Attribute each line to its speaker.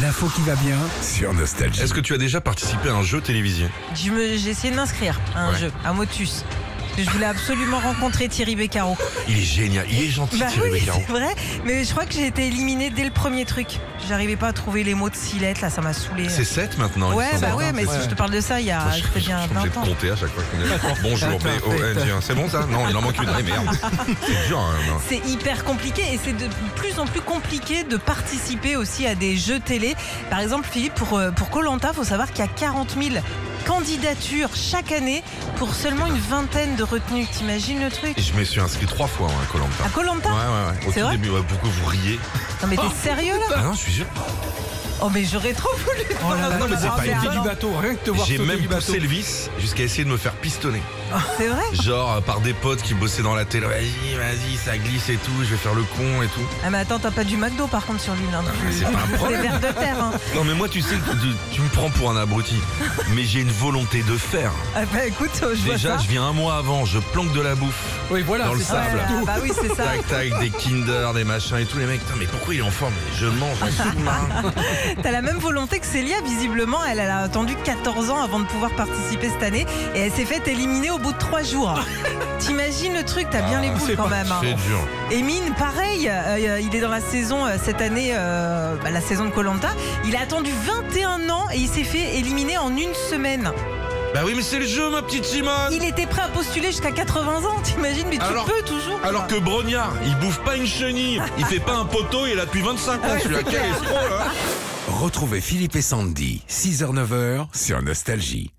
Speaker 1: L'info qui va bien sur Nostalgie.
Speaker 2: Est-ce que tu as déjà participé à un jeu télévisé
Speaker 3: Je me- J'ai essayé de m'inscrire à un
Speaker 2: Ouais.
Speaker 3: jeu, à Motus. Parce que Je voulais absolument rencontrer Thierry Beccaro.
Speaker 2: Il est génial, il est gentil
Speaker 3: Bah
Speaker 2: Thierry
Speaker 3: oui,
Speaker 2: Beccaro.
Speaker 3: c'est vrai. Mais je crois que j'ai été éliminée dès le premier truc. J'arrivais pas à trouver les mots de silette, là, ça m'a saoulé.
Speaker 2: C'est 7 maintenant il me
Speaker 3: Ouais,
Speaker 2: semble. hein.
Speaker 3: bah ouais, mais si je te parle de ça, il y a
Speaker 2: Moi, je-
Speaker 3: c'était bien
Speaker 2: je suis obligé
Speaker 3: 20
Speaker 2: de
Speaker 3: ans.
Speaker 2: compter à chaque fois que je connais. Bonjour, mais oh, eh, tiens, c'est bon ça Non, il en manque une. Eh, merde, c'est dur. hein, non.
Speaker 3: C'est hyper compliqué et c'est de plus en plus compliqué de participer aussi à des jeux télé. Par exemple, Philippe, pour euh, pour Colanta, faut savoir qu'il y a 40 000 candidatures chaque année pour seulement une vingtaine de retenues. T'imagines le truc
Speaker 2: Et je me suis inscrit trois fois à Colanta.
Speaker 3: À Colanta
Speaker 2: Ouais, ouais, ouais. Au
Speaker 3: Ah
Speaker 2: tout
Speaker 3: C'est vrai Bah.
Speaker 2: début, ouais, pourquoi vous riez
Speaker 3: Non mais t'es sérieux là
Speaker 2: Ah non, je suis sûr.
Speaker 3: Oh mais j'aurais trop voulu. te voir
Speaker 2: Oh là, non, mais c'est
Speaker 3: Ah,
Speaker 2: pas
Speaker 3: Bernard.
Speaker 2: évident.
Speaker 1: bateau, rien que te voir
Speaker 2: J'ai
Speaker 1: sauter
Speaker 2: même
Speaker 1: du bateau.
Speaker 2: poussé le vice jusqu'à essayer de me faire pistonner.
Speaker 3: C'est vrai.
Speaker 2: Genre euh, par des potes qui bossaient dans la télé. Vas-y, vas-y, ça glisse et tout, je vais faire le con et tout.
Speaker 3: Ah mais attends, t'as pas du McDo par contre sur l'île. Hein.
Speaker 2: Ah, mais c'est pas un
Speaker 3: Des
Speaker 2: problème.
Speaker 3: vers de terre. hein.
Speaker 2: Non, mais moi, tu sais que tu, tu me prends pour un abruti. Mais j'ai une volonté de faire.
Speaker 3: Ah bah écoute, je vois
Speaker 2: Déjà,
Speaker 3: ça.
Speaker 2: je viens un mois avant, je planque de la bouffe.
Speaker 1: Oui, voilà,
Speaker 2: Dans le
Speaker 1: c'est ça.
Speaker 3: Ouais,
Speaker 2: sable.
Speaker 1: tout.
Speaker 3: bah oui, c'est ça.
Speaker 2: Tac, tac, des Kinder, des machins et tout. Les mecs, putain, mais pourquoi il est en forme Je mange un sous-marin.
Speaker 3: T'as la même volonté que Célia, visiblement. Elle, elle a attendu 14 ans avant de pouvoir participer cette année et elle s'est faite éliminer au bout de 3 jours. T'imagines le truc, t'as bien
Speaker 2: Ah,
Speaker 3: les boules
Speaker 1: c'est
Speaker 3: quand
Speaker 1: pas-
Speaker 3: même. hein.
Speaker 2: C'est dur.
Speaker 3: Et Mine, pareil, euh, il est dans la saison euh, cette année, euh, bah, la saison de Colanta. Il a attendu 21 ans et il s'est fait éliminer en une semaine.
Speaker 2: Bah oui, mais c'est le jeu, ma petite Simone.
Speaker 3: Il était prêt à postuler jusqu'à 80 ans, t'imagines, mais tu
Speaker 2: Alors-
Speaker 3: peux toujours.
Speaker 2: Alors que Brognard, il bouffe pas une chenille. Il fait pas un poteau, il est là depuis 25
Speaker 3: Ah
Speaker 2: ans. Celui-là, quel escroc, hein. là
Speaker 1: Retrouvez Philippe et Sandy, 6h-9h sur Nostalgie.